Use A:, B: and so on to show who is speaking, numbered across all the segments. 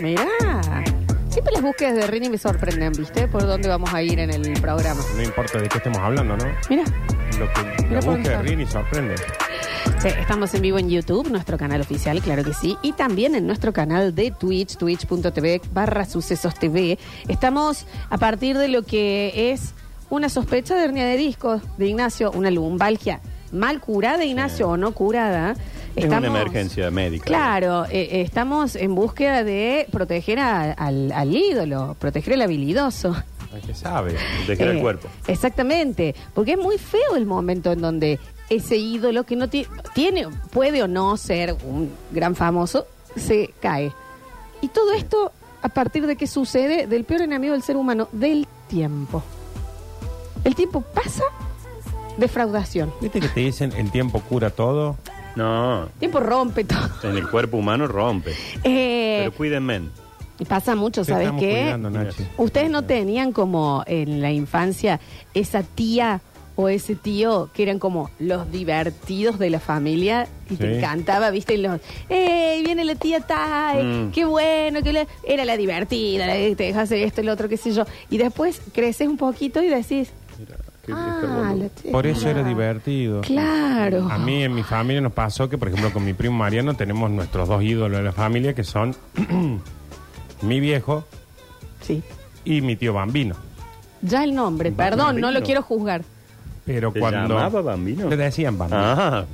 A: Mirá. Siempre las búsquedas de Rini me sorprenden, ¿viste? Por dónde vamos a ir en el programa.
B: No importa de qué estemos hablando, ¿no?
A: Mira.
B: Lo que
A: Mira
B: la
A: por
B: búsqueda de
A: dónde
B: Rini sorprende.
A: Sí, estamos en vivo en YouTube, nuestro canal oficial, claro que sí, y también en nuestro canal de Twitch, twitch.tv barra sucesos TV. Estamos a partir de lo que es una sospecha de hernia de disco de Ignacio, una lumbalgia mal curada, Ignacio, o no curada.
C: Es una emergencia médica.
A: Claro, eh, eh, estamos en búsqueda de proteger a- al, al ídolo, proteger al habilidoso.
B: Hay que sabe.
C: De que era el
A: Eh,
C: cuerpo.
A: Exactamente, porque es muy feo el momento en donde ese ídolo que no ti- tiene, puede o no ser un gran famoso, se cae. Y todo esto a partir de que sucede del peor enemigo del ser humano, del tiempo. El tiempo pasa, defraudación.
B: ¿Viste que te dicen el tiempo cura todo?
C: No,
A: El tiempo rompe todo.
C: en el cuerpo humano rompe.
A: Eh,
C: Pero cuídenme.
A: y pasa mucho,
B: Te
A: ¿sabes
B: estamos
A: qué?
B: cuidando, Nachi.
A: ¿Ustedes no tenían como en la infancia esa tía o ese tío que eran como los divertidos de la familia y te
B: Sí.
A: encantaba, viste? Y Los, ¡Ey, viene la tía Tay!
C: Mm.
A: ¡Qué bueno! Que la- Era la divertida, la que te deja hacer esto y lo otro, qué sé yo. Y después creces un poquito y decís,
C: Mira, qué- este
A: ¡Ah,
C: boludo.
A: la tía!
B: Por eso era divertido.
A: Claro.
B: A mí en mi familia nos pasó que, por ejemplo, con mi primo Mariano tenemos nuestros dos ídolos de la familia, que son mi viejo
A: Sí.
B: y mi tío Bambino.
A: Ya el nombre, perdón, no lo
C: Bambino.
A: quiero juzgar.
B: Pero
C: ¿Te
B: cuando...
C: llamaba Bambino?
B: Le decían Bambino.
C: Ah,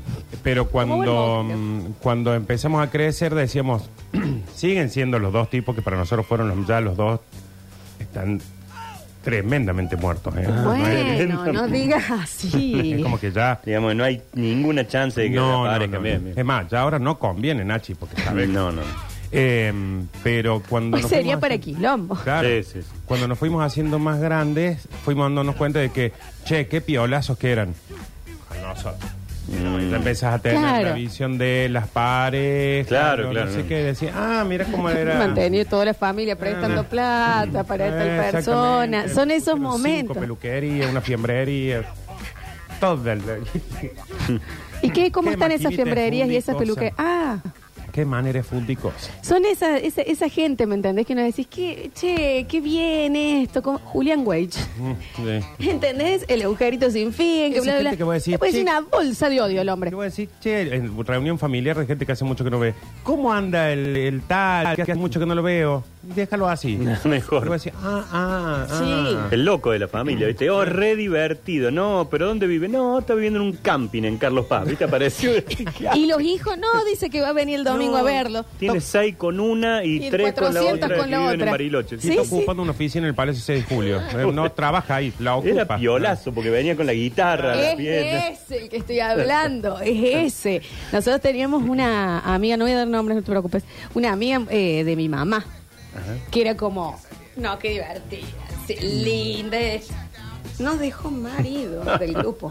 B: Pero cuando,
A: ¿Cómo
B: mm, cuando empezamos a crecer decíamos, siguen siendo los dos tipos que para nosotros fueron los, ya los dos, están tremendamente muertos. ¿eh? No es-
A: Bueno, no digas así.
B: es como que ya...
C: digamos, no hay ninguna chance de que
B: No, no,
C: aparezca.
B: no,
C: mira,
B: no.
C: mira.
B: Es más, ya ahora no conviene, Nachi, porque sabes
C: No, no.
B: Eh, pero cuando.
A: Hoy
B: nos
A: sería
B: fuimos
A: para
B: haciendo-
A: quilombo.
B: Claro.
C: Sí, sí, sí.
B: Cuando nos fuimos haciendo más grandes, fuimos dándonos cuenta de que, che, qué piolazos que eran. Con nosotros.
C: Mm.
B: Ya empezás a tener
A: Claro.
B: la visión de las pares.
C: Claro,
B: no
C: claro,
B: sé
C: no.
B: qué. Decía, ah, mira cómo era.
A: Mantenido toda la familia prestando plata para
B: Eh,
A: tal persona.
B: exactamente.
A: Son esos
B: Pero
A: momentos.
B: Cinco peluquerías, una fiambrería. Todo el.
A: ¿Y qué, cómo
B: Qué
A: están esas
B: maquinita de
A: fiambrerías y
B: fundir
A: esas
B: cosas.
A: peluquerías? Ah,
B: qué manera es fundicosa.
A: son esa, esa, esa gente, ¿me entendés? Que nos decís, que, che, qué bien esto. Como Julian Wage.
B: Sí.
A: ¿Entendés? El agujerito sin fin, que
B: Esa
A: bla,
B: gente
A: bla.
B: que vos decís,
A: Después
B: "Che".
A: es una bolsa de odio el hombre.
B: Le voy a decir, che, en reunión familiar de gente que hace mucho que no ve. ¿Cómo anda el, el tal que hace mucho que no lo veo? Déjalo así. Le
C: Mejor.
B: voy a decir, ah, ah, ah.
A: Sí.
C: El loco de la familia, ¿viste? Oh, re divertido. No, pero ¿dónde vive? No, está viviendo en un camping en Carlos Paz, ¿viste? Apareció.
A: Y los hijos, no, dice que va a venir el domingo a verlo.
C: Tiene seis con una y,
A: Y
C: tres con la
A: 400
C: otra.
A: con la
C: que viven
A: otra.
C: en Bariloche.
A: Sí,
B: Está
A: sí.
B: ocupando una oficina en el Palacio 6 de Julio. Eh, No trabaja ahí, la ocupa.
C: Era piolazo porque venía con la guitarra. la pierna.
A: Ah, Es ese el que estoy hablando, es ese. Nosotros teníamos una amiga, no voy a dar nombres, no te preocupes, una amiga eh, de mi mamá, que era como, no, qué divertida, sí, linda. es". Nos dejó marido del grupo.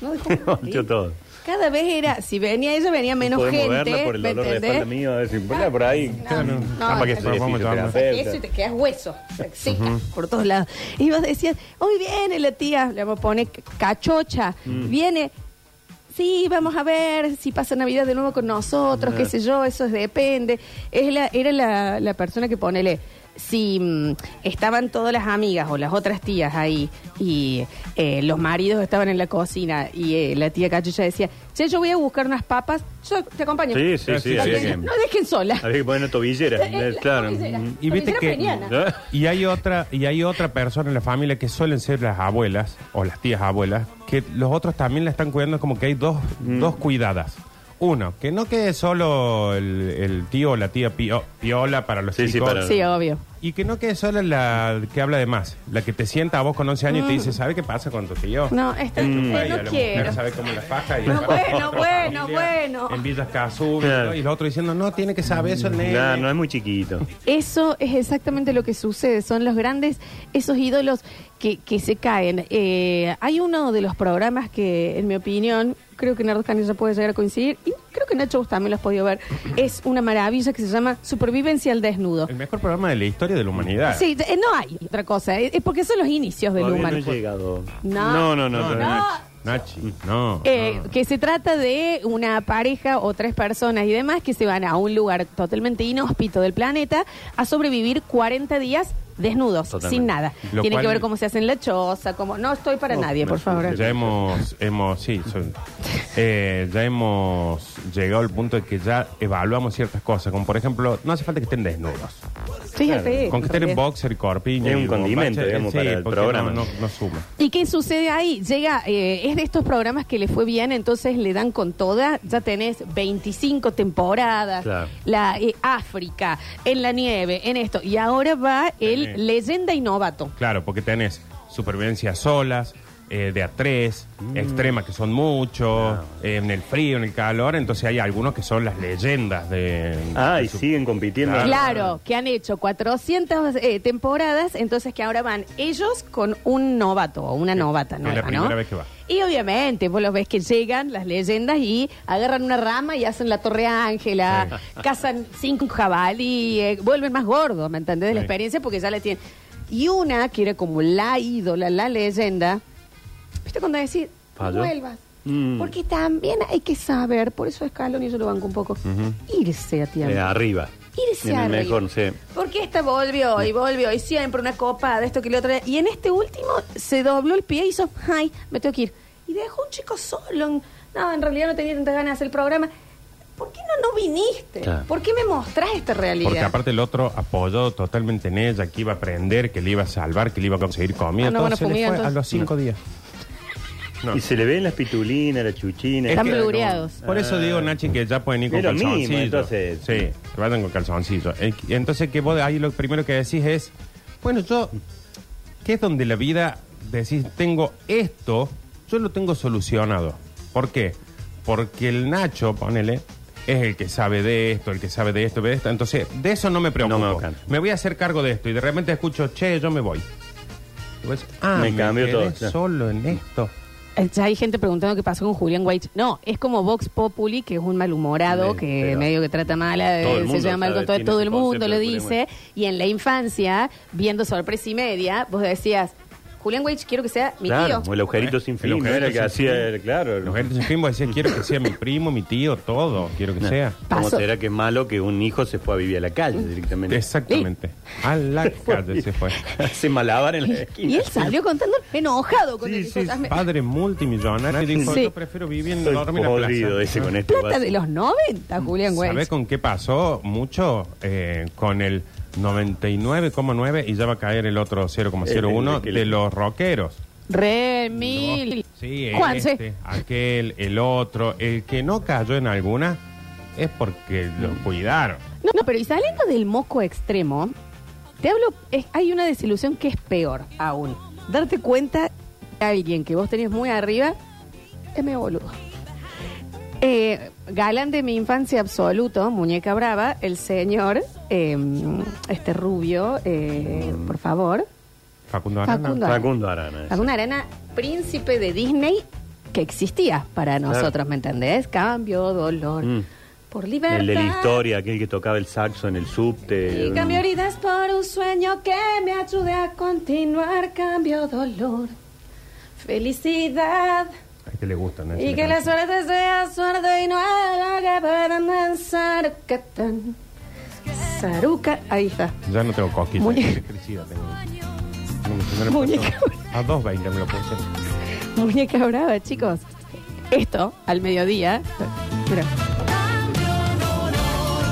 A: Nos dejó marido.
C: Yo todo.
A: Cada vez era, si venía ella, venía menos
C: Podés
A: gente.
C: moverla por el
A: ¿me
C: dolor de
A: entendés?
C: espalda mío. A ver si ponla por ahí.
A: No, no,
B: Capaz que
A: no,
B: se lo vamos a
C: Terapeuta.
B: llamar.
A: que eso y te quedas hueso, sí, por todos lados. Y vos decías, hoy viene la tía, le vamos a poner cachocha,
C: Mm.
A: viene, sí, vamos a ver si pasa Navidad de nuevo con nosotros, qué sé yo, eso es- depende. Es la, era la, la persona que ponele, si mm, estaban todas las amigas o las otras tías ahí y eh, los maridos estaban en la cocina y eh, la tía cachocha decía, che, yo voy a buscar unas papas, yo te acompaño.
C: Sí, sí, sí.
B: Sí,
C: Había
B: sí.
C: que,
A: No dejen sola.
C: había que poner una tobillera.
A: Eh, la
C: claro.
A: tobillera.
C: Mm.
B: Y viste
A: Pero
B: que
A: Peñana.
C: ¿Eh?
B: y hay otra y hay otra persona en la familia que suelen ser las abuelas o las tías abuelas que los otros también la están cuidando como que hay dos,
C: Mm.
B: dos cuidadas. Uno, que no quede solo el, el tío o la tía pio- piola para los
C: Sí, sí,
B: chicos.
C: para-
A: Sí, obvio.
B: Y que no quede sola la que habla de más, la que te sienta a vos con 11 años y te dice, ¿sabe qué pasa con tu tío?
A: Mm. No, esta-
B: Y
A: eh,
B: a la
A: no
B: mujer
A: quiero.
B: sabe cómo la faja y
A: No,
B: la-
A: bueno,
B: otra
A: bueno,
B: familia
A: bueno.
B: En Villas Casubio
C: Claro. Mm,
B: y los otros diciendo, no, tiene que saber eso el nene.
C: No, no es muy chiquito.
A: Eso es exactamente lo que sucede. Son los grandes, esos ídolos que, que se caen. Eh, hay uno de los programas que, en mi opinión, creo que Nardo Canilla puede llegar a coincidir y creo que Nacho Bus también lo has podido ver. Es una maravilla que se llama Supervivencia al Desnudo.
B: El mejor programa de la historia de la humanidad.
A: Sí, eh, no hay otra cosa. eh, Es es porque son los inicios del
C: Todavía
A: humano.
C: no he llegado.
A: No.
C: no, no. no,
B: No,
C: todavía
A: No,
C: no.
B: Nachi, no.
A: Eh,
B: no.
A: que se trata de una pareja o tres personas y demás que se van a un lugar totalmente inhóspito del planeta a sobrevivir 40 días desnudos,
C: Totalmente.
A: sin nada.
B: Lo
A: Tiene que
B: cual-
A: ver cómo se hacen la choza, cómo... No estoy para
C: Oh,
A: nadie,
C: me
A: por favor.
C: asusté.
B: Ya hemos, hemos, sí, son- eh, ya hemos llegado al punto de que ya evaluamos ciertas cosas, como por ejemplo, no hace falta que estén desnudos,
A: Fíjate.
B: con que estén en
A: porque-
B: boxer y corpiño.
C: Es un
B: y bombacha, eh,
C: condimento, digamos, para el
B: porque no-
C: programa.
B: No, no suma.
A: ¿Y qué sucede ahí? Llega, eh, es de estos programas que le fue bien, entonces le dan con toda. Ya tenés 25 temporadas,
C: Claro.
A: la eh, África, en la nieve, en esto. Y ahora va el
B: Tenés.
A: Leyenda y Novato.
B: Claro, porque tenés supervivencias solas, eh, de a tres,
C: Mm.
B: extremas que son muchos,
C: Ah.
B: eh, en el frío, en el calor, entonces hay algunos que son las leyendas de...
C: Ah, y
B: de su-
C: siguen compitiendo.
B: Claro.
A: Claro, que han hecho 400 eh, temporadas, entonces que ahora van ellos con un novato o una novata
B: es
A: nueva,
B: la primera
A: ¿no?
B: vez que va.
A: Y obviamente, vos los ves que llegan las leyendas y agarran una rama y hacen la Torre Ángela, cazan cinco jabalí, eh, vuelven más gordos, ¿me entendés? De la
B: Sí.
A: experiencia porque ya le tienen. Y una que era como la ídola, la leyenda, ¿viste cuando decís, no
C: Falló.
A: vuelvas?
C: Mm.
A: Porque también hay que saber, por eso Escalón y yo lo banco un poco, irse a tiempo.
C: Eh, arriba.
A: Irse
C: en el
A: arriba.
C: mejor, sí.
A: Porque esta volvió y volvió y siempre una copa de esto que le otra. Y en este último se dobló el pie y hizo, ay, me tengo que ir. Y dejó un chico solo. en- No, en realidad no tenía tantas ganas de hacer el programa. ¿Por qué no, no viniste?
C: Claro.
A: ¿Por qué me mostrás esta
B: Porque
A: realidad?
B: aparte el otro apoyó totalmente en ella, que iba a aprender, que le iba a salvar, que le iba a conseguir comida.
A: Ah, no,
B: todo
A: bueno,
B: se le
A: fumiga,
B: fue a
A: entonces.
B: los cinco días. No.
C: Y se le ven las pitulinas, las chuchinas.
A: Están
C: que-
A: blureados.
B: Por eso digo, Nachi, que ya pueden ir con
C: Pero mima,
B: calzoncillo.
C: entonces.
B: Sí, que vayan con calzoncillo. Eh, Entonces, que vos ahí lo primero que decís es, bueno, yo, que es donde la vida, decís, tengo esto, yo lo tengo solucionado. ¿Por qué? Porque el Nacho, ponele, es el que sabe de esto, el que sabe de esto, de esto. Entonces, de eso no me preocupo.
C: No me alcanza.
B: me voy a hacer cargo de esto y de repente escucho, che, yo me voy. Y vos decís, ah,
C: Me
B: me,
C: cambió
B: quedé
C: todo, claro.
B: solo en esto.
A: Eh, Ya hay gente preguntando qué pasó con Julián White. No, es como Vox Populi, que es un malhumorado,
C: Sí,
A: que
C: pero-
A: medio que trata mal, a-
C: Todo el
A: Eh, se
C: mundo
A: llama mal
C: sabe,
A: con todo,
C: tiene
A: todo
C: ese
A: el mundo
C: concepto
A: lo
C: de Julián
A: dice.
C: White.
A: Y en la infancia, viendo sorpresa y media, vos decías, Julián White, quiero que sea mi
C: claro,
A: tío.
C: o el agujerito sin fin.
B: El
C: no era el que
B: agujerito sin
C: hacía,
B: fin.
C: el- claro.
B: Los gerentes sin fin vos decís, quiero que sea mi primo, mi tío, todo, quiero que sea.
C: ¿Cómo
A: Pasó.
C: será que es malo que un hijo se fue a vivir a la calle
A: Mm.
C: directamente?
B: Exactamente. A la calle se fue.
C: se malabar en la esquina.
A: Y él salió contando enojado con
C: Sí,
A: el
C: sí,
A: dijo, "Dame
B: Padre multimillonario dijo,
A: Sí.
B: yo prefiero vivir en
C: Estoy
B: dormir en la
C: podrido, dice
B: plaza.
C: con este
A: plata
C: vaso.
A: de los 90, Julián
B: ¿Sabe
A: Güey.
B: con qué pasó? Mucho eh, con el 99,9 y ya va a caer el otro 0,01
C: El- el-
B: de los rockeros.
A: Re mil.
B: Sí,
A: Juanse.
B: este, aquel, el otro, el que no cayó en alguna es porque lo cuidaron.
A: No, no, pero y saliendo del moco extremo, te hablo, es- hay una desilusión que es peor aún. Darte cuenta que alguien que vos tenés muy arriba es medio boludo. Eh, galán de mi infancia absoluto, muñeca brava, el señor, eh, este rubio, eh, por favor.
B: Facundo Arana.
A: Facundo
C: Facundo Arana.
A: Facundo Arana, príncipe de Disney que existía para nosotros, ¿me entendés? Cambio, dolor,
C: Mm.
A: por
C: ese.
A: libertad.
C: El de la historia, aquel que tocaba el saxo en el subte.
A: Y cambio heridas por un sueño que me ayude a continuar. Cambio, dolor, felicidad.
B: Es que este le gustan. ¿no?
A: Y que la suerte sea suerte y no haga para danzar. Catán. Saruca, ahí está.
B: Ya no tengo cosquillas.
A: Muñe-
B: electricidad tengo. No me- no me
A: Muñeca.
B: puedo- A 2.20 me lo puse.
A: Muñeca brava, chicos. Esto, al mediodía. Mira.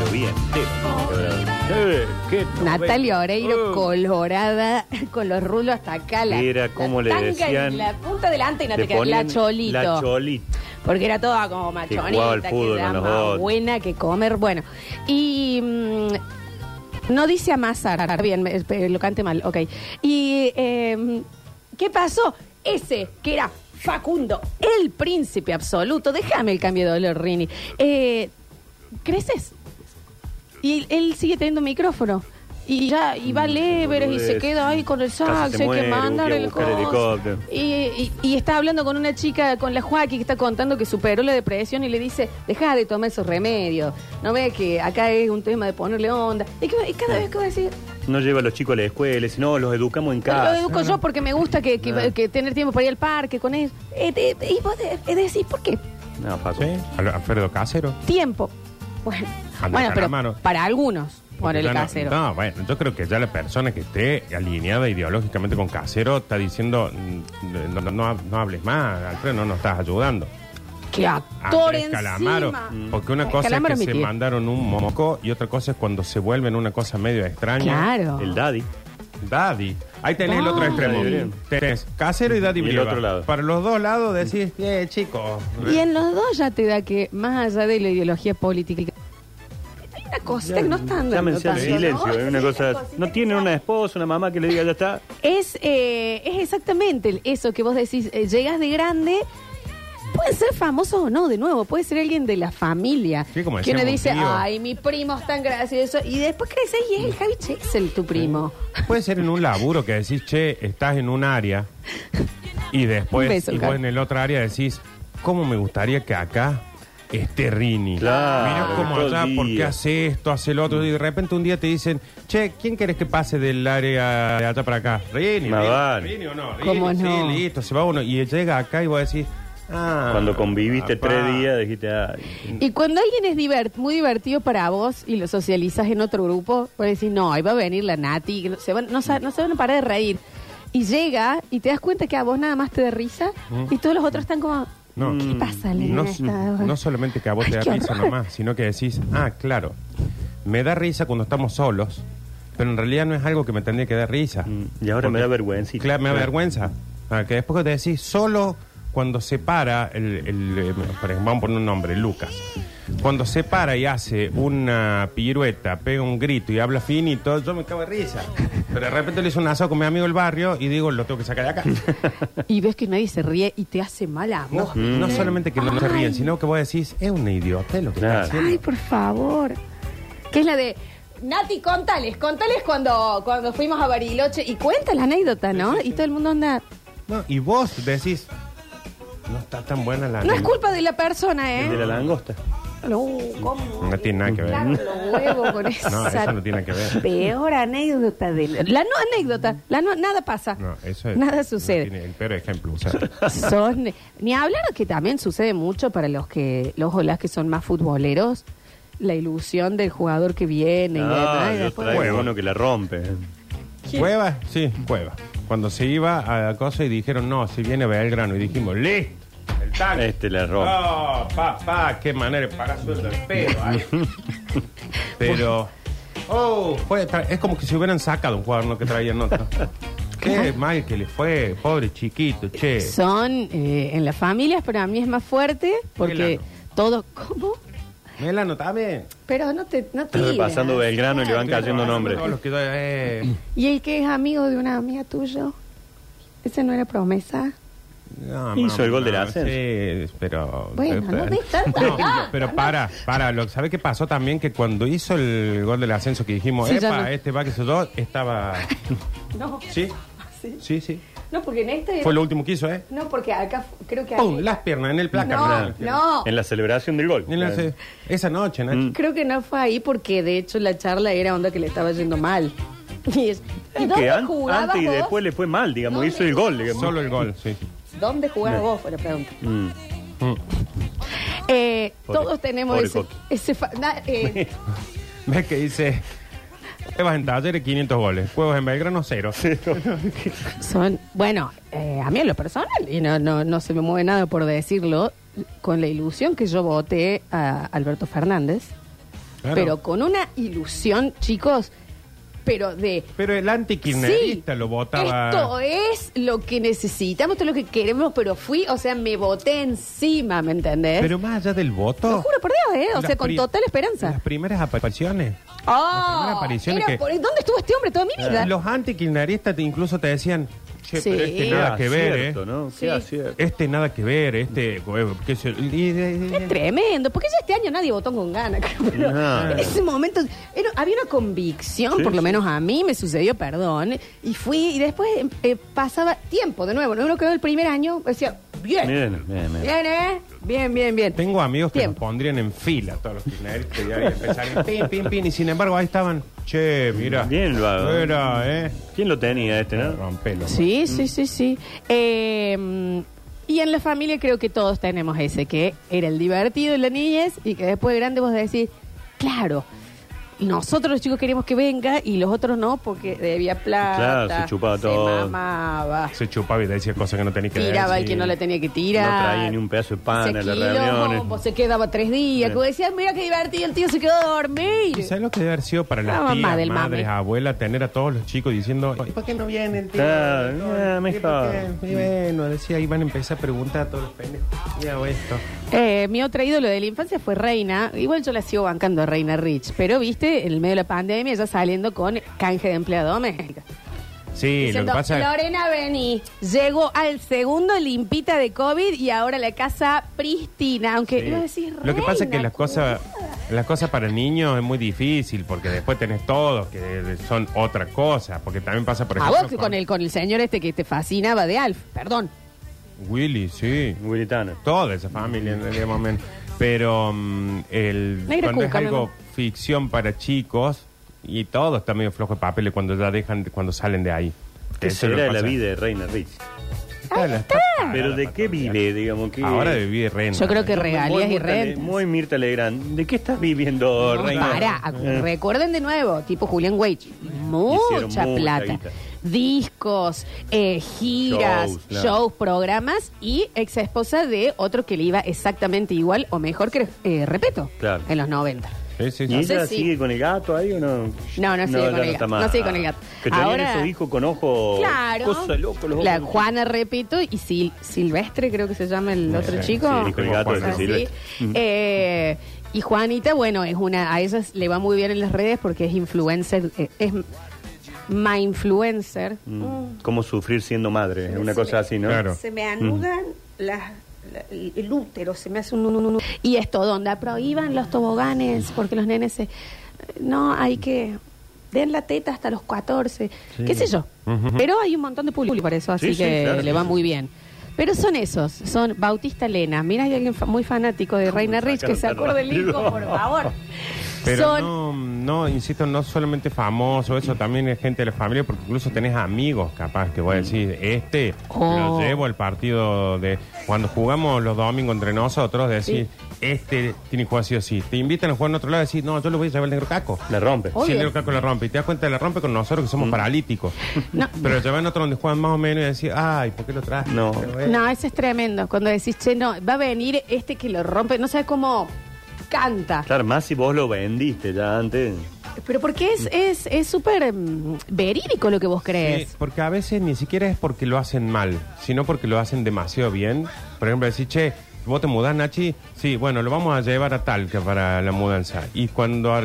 C: Lo vi entero. Eh, qué
A: Natalia Oreiro
C: Oh.
A: colorada con los rulos hasta acá. La,
C: Era como
A: la
C: le
A: tanga
C: decían.
A: en La punta delante y no
C: Le
A: te queda, La
C: ponían
A: cholito.
C: La cholito.
A: porque era toda como
C: Que
A: machonita,
C: jugaba al fútbol
A: era
C: con los
A: más
C: otros.
A: buena que comer. Bueno, y mm, no dice amasar, bien, me- eh, lo cante mal, ok. Y eh, ¿qué pasó? Ese que era Facundo, el príncipe absoluto, déjame el cambio de dolor, Rini. Eh, ¿Creces? Y él sigue teniendo micrófono. Y ya, y
B: Mm,
A: va al Everest y se queda ahí con el
C: Casi
A: sax,
C: se
A: hay que
C: muere,
A: mandar
C: voy a
A: el
C: buscar
A: coso.
C: helicóptero.
A: Y, y- y está hablando con una chica, con la Joaquín, que está contando que superó la depresión y le dice, deja de tomar esos remedios. No ve que acá es un tema de ponerle onda. Y, que- y cada vez que va a decir,
C: No lleva a los chicos a la escuela, sino los educamos en
A: Lo
C: casa.
A: educo yo porque me gusta que, que-
B: Ah.
C: Claro.
A: que tener tiempo para ir al parque con él. Eh, te- y vos de- eh, decís, ¿por qué?
C: No, Paco.
B: Sí, al- Alfredo Casero.
A: Tiempo. Bueno,
B: Anda
A: bueno
B: con la
A: pero
B: mano.
A: para algunos, por
B: Porque
A: el
B: ya no-
A: casero.
B: No, bueno, yo creo que ya la persona que esté alineada ideológicamente con casero está diciendo, mm, no, no- no hab- no hables más, Alfredo, no nos estás ayudando.
A: Que actor
B: Andrés
A: encima.
B: Calamaro, mm, porque una
A: Eh,
B: cosa
A: Calamaro
B: es
A: mi
B: que se
A: tío.
B: mandaron un moco y otra cosa es cuando se vuelven una cosa medio extraña.
A: Claro.
C: El daddy.
B: Daddy. Ahí tenés el otro
A: Daddy.
B: extremo.
C: Daddy.
B: Tenés casero y Daddy
C: Y el
B: Brieva.
C: otro lado.
B: Para los dos lados decís, eh, chicos.
A: Y en los dos ya te da que, más allá de la ideología política, hay una cosa que no están dando
C: Llámense al
A: tanto, ¿no?
C: silencio, es una cosa. No tienen una esposa, una mamá que le diga ya está.
A: Es, eh, es exactamente el- eso que vos decís, eh, llegas de grande, puede ser famoso o no, de nuevo, puede ser alguien de la familia.
B: Sí, como
A: que uno
B: decíamos,
A: dice,
B: tío.
A: ay, mi primo es tan gracioso, y después creces y es el Javi Chesel, tu primo.
B: Puede ser en un laburo que decís, che, estás en un área y después
A: Un beso,
B: y vos
A: Gaby.
B: en el otro área decís, ¿cómo me gustaría que acá esté Rini?
C: Claro,
B: Mirá cómo
C: todo el
B: allá, por qué
C: día.
B: hace esto, hace lo otro. Y de repente un día te dicen, che, ¿quién querés que pase del área de allá para acá? Rini,
C: Más
B: Rini,
C: vale.
B: Rini o no. Rini,
A: ¿Cómo
B: sí,
A: no?
B: listo, se va uno. Y llega acá y vos decís, ah.
C: Cuando conviviste
B: papá.
C: tres días, dijiste, ay.
A: Y cuando alguien es divert- muy divertido para vos y lo socializas en otro grupo, vos decís, no, ahí va a venir la Nati, que se van- no, sa- no se van a parar de reír. Y llega y te das cuenta que a vos nada más te da risa y todos los otros están como,
B: No.
A: ¿qué le pasa, Elena?
B: Mm, No,
A: esta hora?"
B: no solamente que a vos
A: Ay,
B: te da
A: qué
B: risa
A: horror.
B: nomás, sino que decís, ah, claro, me da risa cuando estamos solos, pero en realidad no es algo que me tendría que dar risa.
C: mm, Y ahora me da vergüenza.
B: Sí, claro, me da vergüenza. Ah, que después te decís, solo cuando se para, el, el, eh, por ejemplo, vamos a poner un nombre, Lucas. Cuando se para y hace una pirueta, pega un grito y habla finito, yo me cago de risa. Pero de repente le hice un asado con mi amigo del barrio y digo, lo tengo que sacar de acá.
A: Y ves que nadie se ríe y te hace mal a
B: No,
A: vos.
B: no solamente que no se
A: Mm. Ay.
B: ríen, sino que vos decís, es un idiota lo que
C: Claro.
B: está haciendo.
A: Ay, por favor. Que es la de. Nati, contales, contales cuando, cuando fuimos a Bariloche y cuenta la anécdota, ¿no? Y todo el mundo anda.
B: No, y vos decís, no está tan buena la
A: No es culpa de la persona,
C: El
A: ¿eh?
C: de la langosta.
A: No, ¿cómo?
B: No tiene nada que ver.
A: Claro, los huevos con esa.
B: No, eso no tiene que ver.
A: Peor anécdota de la, la no anécdota. La no, nada pasa.
B: No, eso es-
A: Nada
B: no
A: sucede.
B: tiene el peor ejemplo. o sea,
A: son ni hablar que también sucede mucho para los que los o las que son más futboleros la ilusión del jugador que viene y demás,
C: Ah,
A: y
C: yo
A: después-
C: traigo
B: Bueno.
C: uno que la rompe.
B: ¿Cueva? Sí, cueva. Cuando se iba a la cosa y dijeron, no, si viene Belgrano. Y dijimos, listo, el tal.
C: Este la rompe.
B: Oh, papá, qué manera de pagar sueldo el pedo. ahí. Pero, oh, fue tra- es como que se hubieran sacado un jugador ¿no? que traían otro. Qué mal que le fue, pobre chiquito, che.
A: son eh, en las familias pero a mí es más fuerte porque
B: Melano.
A: todo cómo
B: Melano también.
A: pero no te no
C: Está
A: tiras.
C: repasando Belgrano y le van cayendo nombres.
B: Todos los que, eh,
A: y el que es amigo de una amiga tuyo ese no era promesa
B: No,
C: Hizo
B: mamá,
C: el gol del
B: no,
C: ascenso.
B: Sí, pero. eh,
A: Bueno, no des tanta
B: No,
A: lata.
B: pero para, para. Lo, ¿Sabe qué pasó también? Que cuando hizo el gol del ascenso, que dijimos,
A: Sí, ya
B: epa,
A: no.
B: este va que se yo, estaba.
A: no
B: ¿Sí? Sí, sí.
A: no porque en este
B: Fue lo último que hizo, ¿eh?
A: no porque acá fu- creo que
C: Oh.
B: ¡Pum!
A: ahí-
B: Las piernas en el placar.
A: no
B: Las piernas.
A: no
C: En la celebración del gol.
B: En la- se- Esa noche, Nacho.
A: Creo que no fue ahí porque de hecho la charla era onda que le estaba yendo mal. Y es, ¿y
C: Y
A: dónde
C: que an-
A: jugabas
C: antes y
A: vos?
C: después le fue mal, digamos.
A: ¿Dónde
C: Hizo el gol, digamos.
B: Solo el gol, sí.
A: ¿Dónde jugabas vos? Fue la pregunta.
C: Mm.
A: Eh,
C: Pobre-
A: todos tenemos
C: pobre
A: ese...
C: Coqui.
A: ese fa- na- eh,
B: ¿Ves que dice? Cuevas en Talleres, 500 goles. Cuevas en Belgrano, cero.
A: son, bueno, eh, a mí en lo personal, y no, no, no se me mueve nada por decirlo, con la ilusión que yo voté a Alberto Fernández,
B: Claro.
A: pero con una ilusión, chicos, pero de...
B: Pero el antikirnerista lo votaba.
A: Esto es lo que necesitamos, esto es lo que queremos, pero fui, o sea, me voté encima, ¿me entendés?
B: Pero más allá del voto.
A: Lo juro por Dios, ¿eh? O
B: Las
A: sea, con
B: pri-
A: total esperanza.
B: Las primeras apariciones. las
A: ¡Oh!
B: primeras apariciones
A: Era
B: que-
A: por- ¿Dónde estuvo este hombre toda mi vida?
B: Los antikirchneristas te incluso te decían, che,
A: Sí.
B: pero este
A: Qué
B: nada que ver,
C: acierto,
B: ¿eh?
C: ¿no? Qué
A: Sí.
C: acierto.
B: Este nada que ver, este... huevo, qué sé- y- y-
A: Es tremendo, porque ya este año nadie votó con ganas. creo, pero
C: No.
A: En ese momento era- había una convicción,
C: Sí,
A: por lo
C: sí.
A: menos a mí me sucedió, perdón, y fui, y después eh, pasaba tiempo de nuevo, no uno quedó el primer año, decía, bien,
C: Bien, bien, bien.
A: bien, ¿eh? Bien, bien, bien.
B: Tengo amigos que
A: Bien.
B: nos pondrían en fila todos los kirchneristas y ahí empezarían pin, pin, pin. Y sin embargo, ahí estaban. Che, mira.
C: Bien, lo hago.
B: Era, eh.
C: ¿Quién lo tenía este, no?
B: Rompelo.
A: Sí, sí, sí, sí. Eh, y en la familia creo que todos tenemos ese, que era el divertido en la niñez y que después de grande vos decís, claro, nosotros los chicos queríamos que venga y los otros no porque debía plata.
C: Claro, se chupaba
A: se
C: todo.
A: mamaba,
B: Se chupaba y decía cosas que no tenía que
A: tiraba al
B: decir.
A: que no le tenía que tirar.
C: No traía ni un pedazo de pan
A: se
C: a las
A: quilombo,
C: reuniones.
A: se quedaba tres días.
C: Sí.
A: Como decían, mira qué divertido, el tío se quedó a dormir.
B: ¿Y ¿Sabes lo que debe haber sido para las
A: La mamá
B: tías,
A: del mame.
B: madres, abuelas, tener a todos los chicos diciendo "¿Y por qué no viene el tío?
C: Claro, ah,
B: ¿Y por
C: mejor.
B: qué?" Y bueno, decía, ahí van a empezar a preguntar a todos los pendejos. Mira hago esto.
A: Eh, mi otro ídolo de la infancia fue Reina. Igual yo la sigo bancando a Reina Rich. Pero, viste, en el medio de la pandemia ella saliendo con canje de empleado doméstica.
B: Sí,
A: Diciendo,
B: lo Eh, que pasa es...
A: Lorena Bení llegó al segundo limpita de COVID y ahora la casa pristina. Aunque iba a decir,
B: Lo que pasa es que
A: "Reina,
B: las cosas, las cosas para niños es muy difícil porque después tenés todos que son otra cosa. Porque también pasa, por
A: A
B: ejemplo,
A: vos que con el, con el señor este que te fascinaba de Alf, perdón.
B: Willy, sí.
C: Guiritano.
B: toda esa familia en realidad más o menos. Pero mm, el,
A: Negra
B: cuando
A: Cuca,
B: es
A: mi
B: algo
A: amor.
B: ficción para chicos, y todo está medio flojo de papeles cuando ya dejan, cuando salen de ahí.
C: Esa
B: es lo que
C: era la
B: pasa.
C: vida de Reina Rich.
B: Está la- está parada
C: Pero ¿de
B: para
C: qué
B: todo el día.
C: vive, digamos? que
B: Ahora de vida de renta.
A: Yo creo que
C: Muy-
A: regalías
C: muy
A: y
C: Mirta Le-
A: rentas.
C: Muy Mirta Legrand. ¿De qué estás viviendo,
A: No,
C: Reina?
A: para,
C: Eh.
A: acu- recuerden de nuevo, tipo Julián Wage, mucha
C: mucha
A: plata.
C: guita.
A: Discos, eh, giras,
C: Shows,
A: shows,
C: claro.
A: programas y ex esposa de otro que le iba exactamente igual o mejor que eh, Repeto
C: Claro.
A: en los 90.
B: Sí, sí,
C: ¿Y
B: sí.
A: sé
C: ella
A: si-
C: sigue con el gato ahí o no?
A: No, no sigue
C: ya
A: con el
C: está
A: gato,
C: más.
A: no sigue con el gato.
C: Que tenían
A: Ahora-
C: esos hijos con ojos.
A: Claro.
C: Cosa loco, los ojos.
A: La Juana, repito, y Sil- Silvestre, creo que se llama el otro
B: sí,
A: chico.
C: sí, dijo el gato
A: Cosas
B: ese
A: así.
C: Silvestre.
A: Eh, y Juanita, bueno, es una, a esas le va muy bien en las redes porque es influencer, eh, es my influencer.
C: Mm. Cómo sufrir siendo madre, una
D: Sí,
C: cosa así, ¿no?
B: Claro.
D: Se me anudan las, la- el útero, se me hace un... un- un- un-
A: Y esto, onda, prohíban los toboganes porque los nenes se. No, hay que. Den la teta hasta los 14. ¿Qué sé yo? Pero hay un montón de público para eso, así
C: Sí, sí,
A: que
C: claro,
A: le
C: sí,
A: va
C: sí.
A: muy bien. Pero son esos, son Bautista Lena. Mira, hay alguien fa- muy fanático de Reina
C: sacaron
A: Rich que se
C: tan
A: acuerde del
C: rápido?
A: hijo, por favor.
B: Pero
A: son.
B: no, no, insisto, no solamente famoso, eso también es gente de la familia, porque incluso tenés amigos capaz que voy a decir, este
A: Mm. Oh.
B: lo llevo al partido de. Cuando jugamos los domingos entre nosotros, decir, este tiene que jugar así o sí. Te invitan a jugar en otro lado, decir, no, yo lo voy a llevar al negro caco.
C: La rompe.
A: Oh. Obvio. Mm.
B: Si el negro caco la rompe, y te das cuenta, la rompe con nosotros que somos paralíticos.
A: No.
B: Pero llevan van a otro donde juegan más o menos y decir, ay, ¿por qué lo traes?
C: No.
B: eh.
A: No, eso es tremendo. Cuando decís, che, no, va a venir este que lo rompe, no sabes cómo canta.
C: Claro, más si vos lo vendiste ya antes.
A: Pero porque es es es súper mm, verídico lo que vos crees.
B: Sí, porque a veces ni siquiera es porque lo hacen mal, sino porque lo hacen demasiado bien. Por ejemplo, decir, che, vos te mudás, Nachi. Sí, bueno, lo vamos a llevar a Talca para la mudanza. Y cuando ar-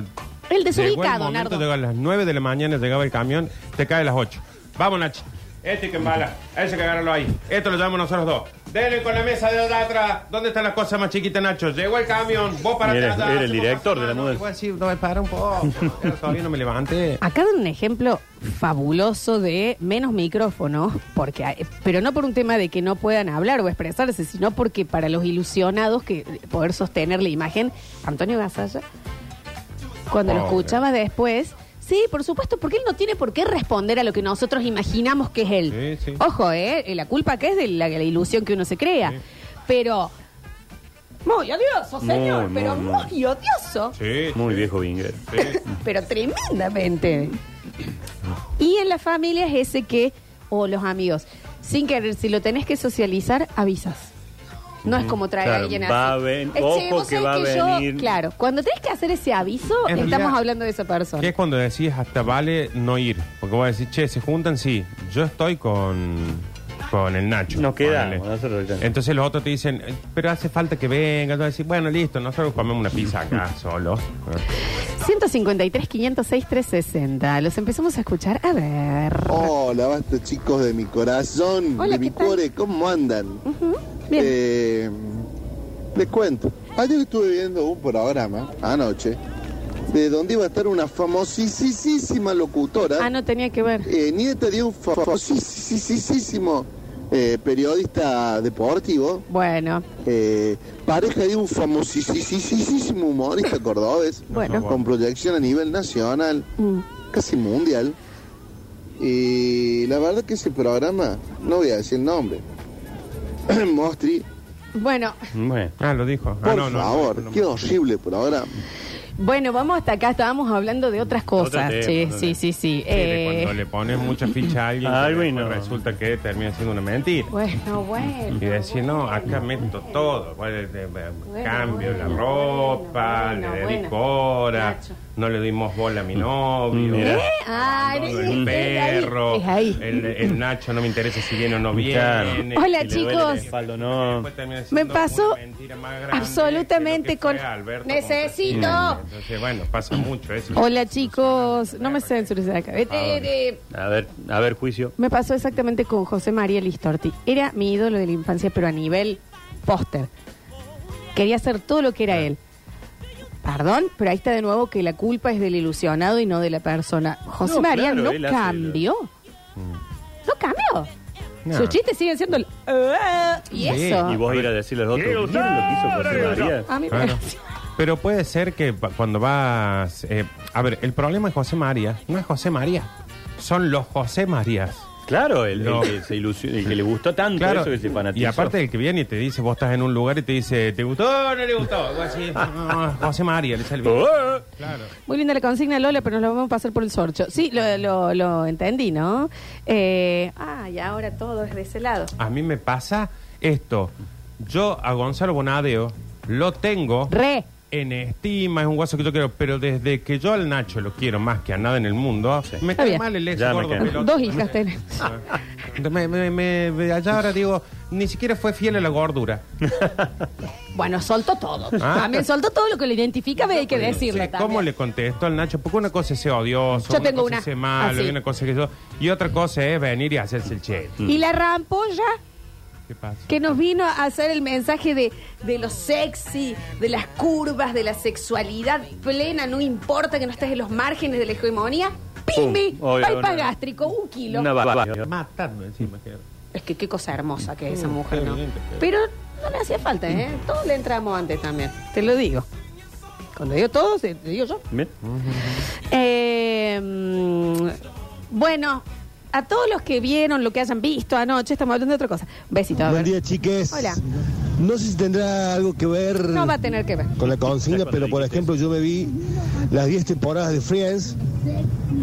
A: El
B: llegó el
A: desubicado,
B: momento,
A: Nardo.
B: llegó a las 9 de la mañana, llegaba el camión, te cae a las 8. Vamos, Nachi. Este que embala, ese que agárralo ahí. Esto lo llevamos nosotros dos. Denle con la mesa de allá atrás. ¿Dónde están las cosas más chiquitas, Nacho? Llegó el camión, vos para
C: Mira,
B: atrás.
C: era el
B: hacemos
C: director
B: paso
C: de la
B: mano.
C: mudanza.
B: Y vos decís, no, para un poco. Yo todavía no me levanté.
A: Acá dan un ejemplo fabuloso de menos micrófonos, porque hay- pero no por un tema de que no puedan hablar o expresarse, sino porque para los ilusionados que poder sostener la imagen, Antonio Gasalla, cuando lo
B: Pobre.
A: escuchaba después, sí, por supuesto, porque él no tiene por qué responder a lo que nosotros imaginamos que es él.
B: Sí, sí.
A: Ojo, eh, la culpa que es de la, la ilusión que uno se crea,
B: Sí.
A: pero muy odioso,
C: Muy,
A: señor,
C: muy,
A: pero
C: muy.
A: muy, odioso
B: Sí,
C: Muy viejo Binger.
A: pero tremendamente. Y en la familia es ese que, o los amigos, sin querer, si lo tenés que socializar, avisas. No es como traer
C: Claro,
A: a alguien
C: va
A: así.
C: a ven-
A: Eh,
C: ojo
A: vos
C: que
A: sabés
C: va a
A: yo-
C: venir.
A: claro, cuando tenés que hacer ese aviso,
B: En
A: estamos
B: realidad,
A: hablando de esa persona.
B: Que es cuando decís hasta vale no ir. Porque vos decís, che, se juntan, sí. Yo estoy con, con el Nacho.
C: Nos quedamos,
B: Ponele.
C: nosotros ya.
B: Entonces los otros te dicen, eh, pero hace falta que vengas. Vos decís, bueno, listo, nosotros comemos una pizza acá solo.
A: 153, 506, 360. Los empezamos a escuchar. A ver.
E: Hola, basta chicos de mi corazón,
A: Hola,
E: de mi
A: ¿qué tal?
E: cuore, ¿cómo andan?
A: Bien.
E: Eh, les cuento, ayer estuve viendo un programa, anoche, de donde iba a estar una famosísima locutora,
A: Ah, no tenía que ver.
E: eh, nieta de un fa- famosísimo eh, periodista deportivo,
A: Bueno,
E: eh, pareja de un famosísimo humorista cordobés,
A: Bueno.
E: con proyección a nivel nacional,
A: Mm.
E: casi mundial. Y la verdad que ese programa, no voy a decir el nombre, Mostri,
A: bueno,
B: Bueno. Ah, lo dijo. Ah,
E: por
B: no, no, no,
E: favor,
B: no, no.
E: qué horrible programa.
A: bueno, vamos hasta acá. Estábamos hablando de otras cosas.
C: tema,
A: che,
C: otro
A: sí, sí,
C: tema.
A: sí.
B: Sí, de
A: Eh,
B: cuando le pones mucha ficha a alguien,
C: Ah, Algo y
B: que después
C: no.
B: resulta que termina siendo una mentira.
A: Bueno, bueno.
B: Y decir, no, acá meto todo. Bueno, eh, eh, Cambio la
A: bueno,
B: ropa,
A: bueno,
B: le
A: bueno.
B: dedico horas,
A: Nacho.
B: no le dimos bola a mi novio.
C: Mira.
B: ¿Eh?
A: Ah,
B: Todo
A: es-
B: el
A: es ahí,
B: perro,
A: Mm, Es ahí.
B: El, el Nacho no me interesa si viene o no viene.
C: Claro.
A: Hola,
B: que le
A: chicos.
B: duele
C: el espaldo, no.
B: Después termina siendo
A: pasó
B: una mentira más grande que lo
A: absolutamente
B: que fue
A: con-
B: Alberto
A: Necesito.
B: con- Entonces, bueno, pasa mucho eso.
A: Hola chicos, no me censures de acá.
C: Ah,
A: Vete,
B: Ahora.
A: vete.
C: A ver, a ver, juicio.
A: Me pasó exactamente con José María Listorti. Era mi ídolo de la infancia, pero a nivel póster. Quería hacer todo lo que era él. Perdón, pero ahí está de nuevo que la culpa es del ilusionado y no de la persona. José
C: No,
A: María
C: claro, él
A: no
C: hace lo-
A: cambió. No cambió.
B: No.
A: Sus chistes siguen siendo... el, "Ah", y
B: Sí,
A: eso.
C: Y vos ir a decirle al otro, ¿vieron lo que hizo José María?
A: A mí me
B: Claro. Pero puede ser que pa- cuando vas... eh, a ver, el problema de José María no es José María, son los José Marías.
C: Claro, el, el
B: No.
C: que se ilusió- el que le gustó tanto
B: Claro,
C: eso que se fanatizó.
B: y aparte el que viene y te dice, vos estás en un lugar y te dice, ¿te gustó o no le gustó? Algo así, no, José María, le sale bien.
C: ¡Oh!
B: Claro.
A: Muy linda la consigna, Lola, pero nos la vamos a pasar por el sorcho. Sí, lo, lo, lo entendí, ¿no? Eh, ah, y ahora todo es de ese lado.
B: A mí me pasa esto. Yo a Gonzalo Bonadeo lo tengo
A: Re.
B: en estima, es un guaso que yo quiero, pero desde que yo al Nacho lo quiero más que a nada en el mundo, me
A: Está
B: cae
A: bien.
B: mal el ex
C: Ya me
B: gordo
C: cae mal.
B: pelotudo.
A: Dos hijas tenés.
B: Ah. Me, me- me- me- allá ahora digo, ni siquiera fue fiel a la gordura.
A: Bueno, soltó todo.
B: Ah.
A: También soltó todo lo que lo identificaba y hay que decirlo
B: Sí,
A: también.
B: ¿Cómo le contesto al Nacho? Porque una cosa es ser odioso,
A: Yo tengo
B: cosa
A: una.
B: es ser malo,
A: Así.
B: y una cosa que yo... Y otra cosa es venir y hacerse el che.
A: Y la rampolla
B: ¿Qué pasa?
A: que nos vino a hacer el mensaje de, de lo sexy, de las curvas, de la sexualidad plena, no importa que no estés en los márgenes de la hegemonía.
C: Pum.
A: ¡Pimbi!
C: Obvio,
A: Bypass
C: una-
A: gástrico, un kilo.
C: Una baba.
B: Matando encima. que-
A: Es que qué cosa hermosa que es esa
B: Mm,
A: mujer,
B: qué
A: ¿no?
B: lindo que es.
A: Pero no le hacía falta, ¿eh? Todos le entramos antes también. Te lo digo. Cuando digo todos, eh, te digo yo.
C: Mira.
A: Eh, mm, bueno, a todos los que vieron lo que hayan visto anoche, estamos hablando de otra cosa. Besito, a
F: Buen
A: ver.
F: día, chiques.
A: Hola.
F: No sé si tendrá algo que ver
A: No va a tener que ver.
F: con la consigna, pero por ejemplo, yo me vi las 10 temporadas de Friends.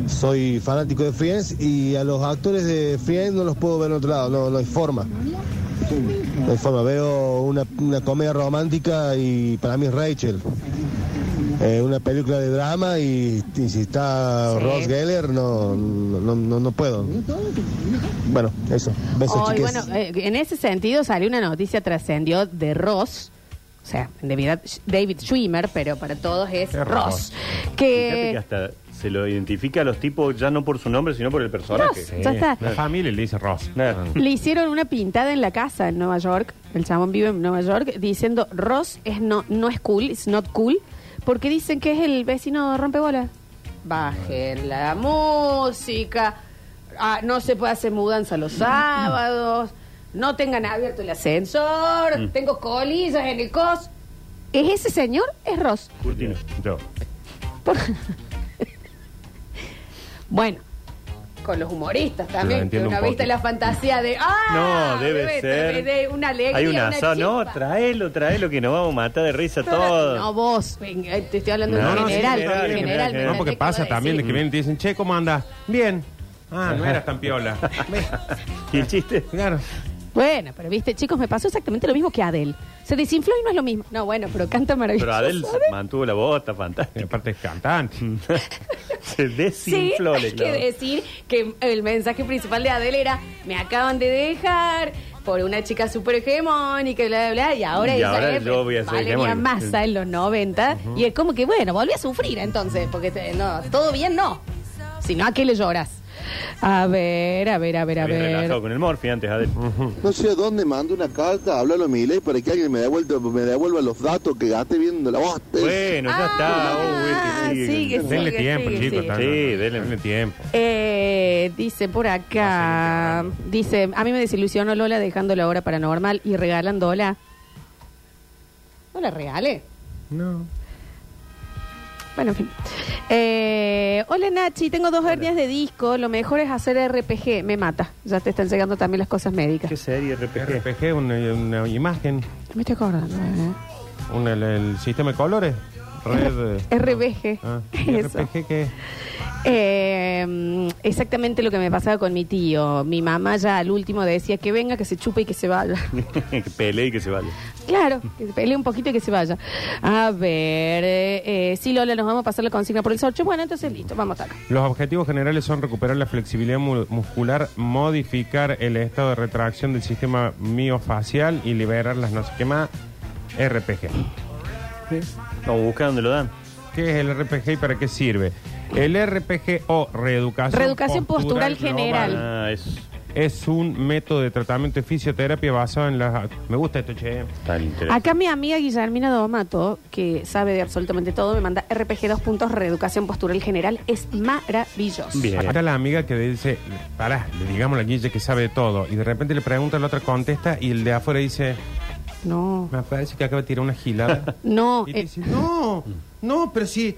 F: Soy fanático de Friends y a los actores de Friends no los puedo ver en otro lado, no, no hay forma. No hay forma. Veo una, una comedia romántica y para mí es Rachel. Eh, una película de drama y, y si está
A: Sí.
F: Ross Geller no, no, no, no puedo. Bueno, eso. Besos,
A: Hoy,
F: chiques.
A: bueno, eh, en ese sentido salió una noticia, trascendió de Ross. O sea, de verdad, David Schwimmer, pero para todos es
B: Qué
A: Ross.
B: Ross.
C: Fíjate que
A: Que.
C: hasta se lo identifica a los tipos ya no por su nombre, sino por el personaje.
A: Ross, ya está.
B: La familia le dice Ross.
C: Nada.
A: Le hicieron una pintada en la casa en Nueva York. El chamón vive en Nueva York diciendo Ross es no, no es cool, it's not cool, porque dicen que es el vecino rompebolas. Bajen la música, ah, no se puede hacer mudanza los sábados, no tengan abierto el ascensor,
C: Mm.
A: tengo colillas en el cos. ¿Es ese señor? Es Ross.
C: Curtino.
B: Yo.
A: Bueno, con los humoristas
B: Lo
A: también, que
B: entiendo
A: una
B: un
A: vez está
B: poco.
A: la fantasía de ¡Ah!
C: No, debe
A: vete,
C: ser.
A: vete, una alegría,
C: Hay un
A: Eh, una
C: asado. No,
A: chispa".
C: traelo, traelo, que nos vamos a matar de risa
A: Pero
C: todos.
A: No, vos, venga, te estoy hablando
C: No,
A: en general,
C: no, sí,
A: en
C: general,
A: general.
C: general.
A: ¿me
B: No, porque
A: entendés
B: pasa
A: cómo
B: también de
A: decir?
B: que vienen y te dicen, che, ¿cómo andas? Bien. Ah, no eras tan piola.
C: ¿Y el chiste?
B: Claro.
A: Bueno, pero viste, chicos, me pasó exactamente lo mismo que Adel. Se desinfló y no es lo mismo. No, bueno, pero canta maravilloso.
C: Pero Adel
A: ¿sabes?
C: se mantuvo la bota,
B: Y
C: fantástico.
B: aparte es cantante.
C: Se
A: Sí,
C: desinfló,
A: hay
C: le
A: que
C: clavó.
A: decir que el mensaje principal de Adel era, me acaban de dejar por una chica súper hegemónica, bla, bla, bla, y ahora,
C: Y
A: ella
C: ahora
A: es
C: yo voy a ser
A: Valeria
C: hegemónica.
A: Massa en los 90, y es como que, bueno, volví a sufrir entonces, porque te- no, todo bien no, si no, ¿a qué le lloras? A ver, a ver, a ver, a
C: Habías
A: ver.
C: relajado con el morfi antes, Adel.
B: Mm.
E: No sé a dónde mando una carta, háblalo a mi ley para que alguien me devuelva, me devuelva los datos que gasté viendo la voz.
C: Bueno, ya está.
A: Ah,
C: Oh, este
A: sigue, sigue.
B: Denle tiempo,
A: sigue,
B: chicos.
A: sigue.
B: tan-
C: Sí, denle.
B: denle tiempo.
A: Eh, dice por acá, dice, a mí me desilusionó Lola dejando la hora paranormal y regalándola. No la regale.
B: No.
A: Bueno, en fin. Eh, hola Nachi, tengo dos hernias de disco. Lo mejor es hacer RPG. Me mata. Ya te están llegando también las cosas médicas.
C: ¿Qué serie RPG?
B: RPG, una, una imagen,
A: Me estoy acordando. ¿eh?
B: una- el, el sistema de colores. Red. eh,
A: RBG.
B: ah, ¿y
A: Eso.
B: RPG que
A: Eh, mm, exactamente lo que me pasaba con mi tío. Mi mamá ya al último decía que venga, que se chupe y que se vaya.
C: que pelee y que se vaya.
A: Claro, que se pelee un poquito y que se vaya. A ver, eh, eh, sí, Lola, nos vamos a pasar la consigna por el sorteo. Bueno, entonces listo, vamos acá.
B: Los objetivos generales son recuperar la flexibilidad mu- muscular, modificar el estado de retracción del sistema miofacial y liberar las no sé qué más. RPG.
C: O buscar dónde lo dan.
B: ¿Qué es el RPG y para qué sirve? El RPG o reeducación,
A: Reeducación postural general.
B: global,
C: Ah, es
B: es un método de tratamiento de fisioterapia basado en las... Me gusta esto, che.
C: tan interesante.
A: Acá mi amiga Guillermina Domato, que sabe de absolutamente todo, me manda RPG dos puntos, reeducación postural general. Es maravilloso.
C: Bien.
B: Acá está la amiga que dice, pará, le digamos a la Guille que sabe todo. Y de repente le pregunta, la otra contesta y el de afuera dice,
A: No,
B: me parece que acaba de tirar una gilada.
A: no.
B: Y te
A: eh,
B: dice, no, no, pero sí,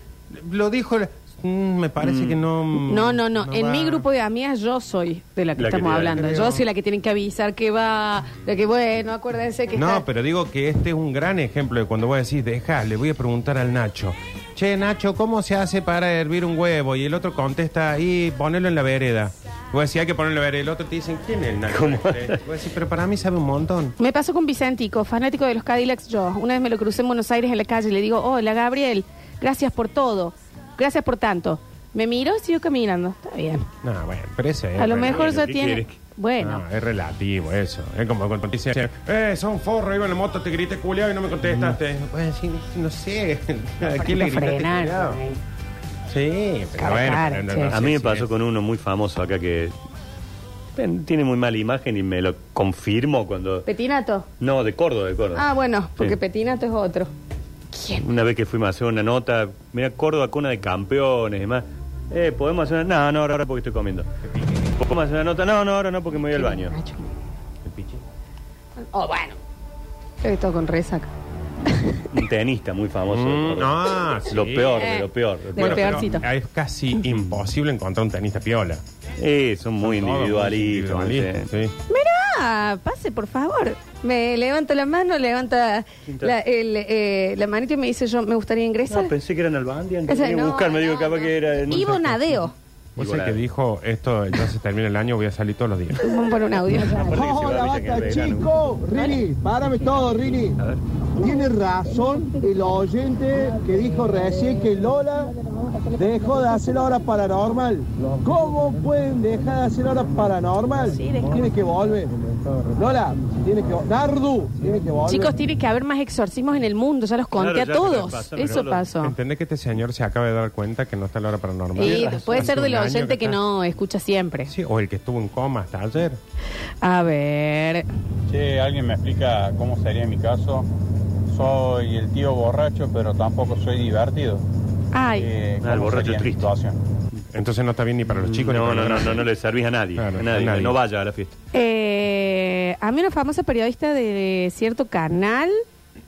B: lo dijo, la- Mm, me parece que no... mm,
A: no, no, no. En
B: va".
A: mi grupo de amigas yo soy de la que
C: La que
A: estamos
C: te-
A: hablando.
B: la que-
A: Yo soy la que tienen que avisar que va, de que bueno, acuérdense que
B: No,
A: está-
B: pero digo que este es un gran ejemplo de cuando voy a decir, deja, le voy a preguntar al Nacho. Che, Nacho, ¿cómo se hace para hervir un huevo? Y el otro contesta, y ponelo en la vereda. Voy a decir, hay que ponerlo en la vereda. El otro te dicen, ¿quién es el Nacho? este?" Voy a decir, pero para mí sabe un montón.
A: Me pasó con Vicentico, fanático de los Cadillacs yo. Una vez me lo crucé en Buenos Aires en la calle y le digo, hola Gabriel, gracias por todo, gracias por tanto. Me miró y siguió caminando. Está bien.
B: No, Eh, bueno, pero ese es
A: A lo
B: relativo.
A: mejor ya
C: ¿qué
A: tiene...
C: quieres?
A: Bueno,
B: No, es relativo eso. Es como cuando te dicen, eh, son forro, iba en la moto, te grité culiao y no me contestaste.
A: Mm.
B: Bueno, sí, no sé, ¿a quién le
A: no
B: gritaste
A: frenar,
B: culiao?
A: eh.
B: Sí, pero bueno.
A: Cagar,
B: pero
A: che.
B: sé
C: A mí me
B: si
C: pasó
B: es-
C: con uno muy famoso acá que ten- tiene muy mala imagen y me lo confirmó cuando...
A: Petinato.
C: No, de Córdoba, de Córdoba.
A: Ah, bueno, porque
C: Sí.
A: Petinato es otro.
C: Una vez que fuimos a hacer una nota, mira, Córdoba, cuna de campeones y demás. Eh, ¿podemos hacer una...? No, no, ahora, ahora porque estoy comiendo. ¿Podemos hacer una nota? No, no, ahora no porque me voy al baño.
A: Nacho. Oh, bueno. Creo que todo con resaca.
C: Un tenista muy famoso. de
B: Mm,
C: Córdoba.
B: ah, sí.
C: Lo peor, de lo peor.
A: Eh, De lo
B: Bueno, pero
A: peorcito.
B: es casi imposible encontrar un tenista piola.
C: Eh, son muy individualistas.
B: Individualista,
C: ¿viste?
B: sí.
A: Mirá, pase, por favor. Me levanto la mano, levanta la, el, eh, la manito y me dice, yo me gustaría ingresar.
C: No, pensé que eran albandian.
A: Ese,
C: Tenía que
A: no,
C: buscar, me digo,
A: no,
C: capaz
A: no.
C: que era... en-
A: Y Bonadeo.
B: Vos
C: Igual
B: sabés que
C: a-
B: dijo, esto ya se termina el año, voy a salir todos los días.
A: Vamos por un audio.
C: Aparte que se va
F: Hola,
C: a Villa
F: basta
C: Quebrera, ¿no?
F: chico. Rini, párame todo, Rini.
C: A ver.
F: Tiene razón el oyente que dijo recién que Lola dejó de hacer hora paranormal. ¿Cómo pueden dejar de hacer hora paranormal? Tiene que volver. Lola, tiene que volver. Nardu, tiene que volver.
A: Chicos, tiene que haber más exorcismos en el mundo. Ya los conté
C: Claro,
A: a
C: ya
A: todos.
C: se pasaron,
A: Eso
C: ¿no?
A: pasó.
B: ¿Entendés que este señor se acaba de dar cuenta que no está la hora paranormal?
A: Y
B: Hace
A: puede ser
B: un
A: de la
B: año
A: oyente que
B: está-
A: no escucha siempre.
B: Sí, o el que estuvo en coma hasta ayer.
A: A ver.
G: Che, ¿alguien me explica cómo sería mi caso? Soy el tío borracho, pero tampoco soy divertido.
A: Ay,
G: Eh,
C: Ah, el
G: ¿cómo
C: borracho
G: sería mi
C: triste.
G: situación?
B: Entonces no está bien ni para los chicos. ni
C: No,
B: para
C: no,
B: los
C: no, no,
B: grandes.
C: no le servís a nadie.
B: Claro,
C: a nadie.
B: a nadie.
C: No vaya a la fiesta.
A: eh, a mí una famosa periodista de cierto canal